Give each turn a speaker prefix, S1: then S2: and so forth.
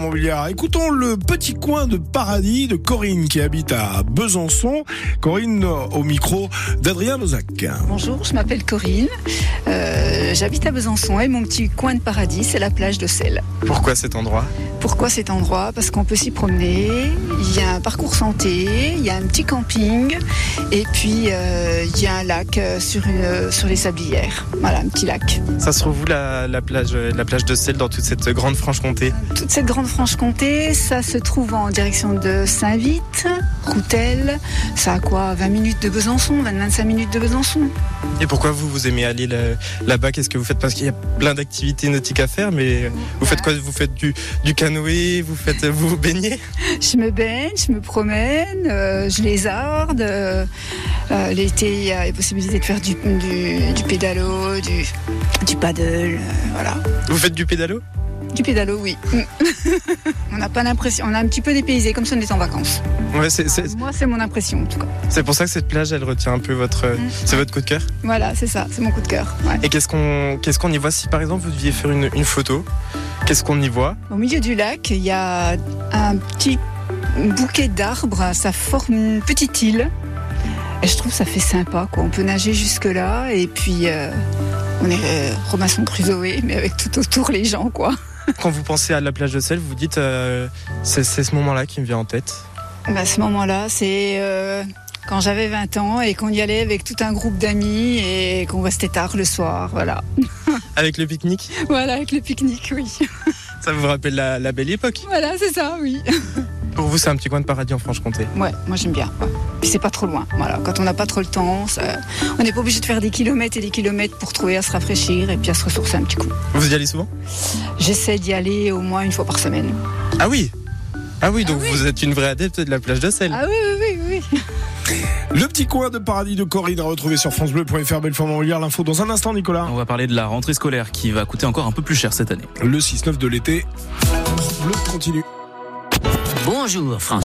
S1: Montbéliard. Écoutons le petit coin de paradis de Corinne qui habite à Besançon. Corinne au micro d'Adrien Lozac.
S2: Bonjour, je m'appelle Corinne. Euh, J'habite à Besançon et mon petit coin de paradis, c'est la plage de Sel.
S3: Pourquoi cet endroit
S2: Pourquoi cet endroit Parce qu'on peut s'y promener, il y a un parcours santé, il y a un petit camping et puis euh, il y a un lac euh, sur, une, sur les sablières. Voilà, un petit lac.
S3: Ça se trouve où la, la plage, euh, la plage de Sel dans toute cette grande Franche-Comté
S2: Toute cette grande Franche-Comté, ça se trouve en direction de Saint-Vite, Routel. Ça a quoi 20 minutes de Besançon, 20-25 minutes de Besançon.
S3: Et pourquoi vous vous aimez aller là- là-bas Qu'est-ce que vous faites Parce qu'il y a plein d'activités nautiques à faire, mais euh, vous faites quoi Vous faites du, du canoë Vous faites euh, vous, vous baignez
S2: Je me baigne, je me promène, euh, je lézarde. euh, euh, L'été, il y a la possibilité de faire du, du, du pédalo, du, du paddle, euh, voilà.
S3: Vous faites du pédalo
S2: Du pédalo, oui. Mm. on n'a pas l'impression, on a un petit peu dépaysé, comme si on était en vacances.
S3: Ouais, c'est,
S2: Enfin,
S3: c'est,
S2: moi, c'est mon impression, en tout cas.
S3: c'est pour ça que cette plage, elle retient un peu votre, euh,
S2: Mm.
S3: c'est votre coup de cœur.
S2: Voilà, c'est ça, c'est mon coup de cœur. ouais.
S3: Et qu'est-ce qu'on, qu'est-ce qu'on y voit si par exemple vous deviez faire une, une photo Qu'est-ce qu'on y voit
S2: Au milieu du lac, il y a un petit bouquet d'arbres, ça forme une petite île. Et je trouve ça fait sympa, quoi. On peut nager jusque-là, et puis euh, on est euh, Robinson Crusoe, mais avec tout autour les gens, quoi.
S3: Quand vous pensez à la plage de Sel, vous vous dites euh, c'est, c'est ce moment-là qui me vient en tête.
S2: Ben, à ce moment-là, c'est euh, quand j'avais 20 ans et qu'on y allait avec tout un groupe d'amis et qu'on restait tard le soir, voilà.
S3: Avec le pique-nique,
S2: Voilà, avec le pique-nique, oui.
S3: ça vous rappelle la- la belle époque.
S2: Voilà, c'est ça, oui.
S3: Pour vous, c'est un petit coin de paradis en Franche-Comté.
S2: Ouais, moi j'aime bien. ouais. Puis c'est pas trop loin. Voilà, quand on n'a pas trop le temps, ça- on n'est pas obligé de faire des kilomètres et des kilomètres pour trouver à se rafraîchir et puis à se ressourcer un petit coup.
S3: Vous y allez souvent
S2: J'essaie d'y aller au moins une fois par semaine.
S3: Ah oui Ah oui, donc
S2: Ah oui.
S3: vous êtes une vraie adepte de la plage de sel.
S2: Ah oui, oui, oui, oui.
S1: Le petit coin de paradis de Corinne à retrouver sur francebleu.fr. Belfort Montbéliard, l'info dans un instant, Nicolas.
S4: On va parler de la rentrée scolaire qui va coûter encore un peu plus cher cette année.
S1: Le 6-9 de l'été. France Bleu continue.
S5: Bonjour, François.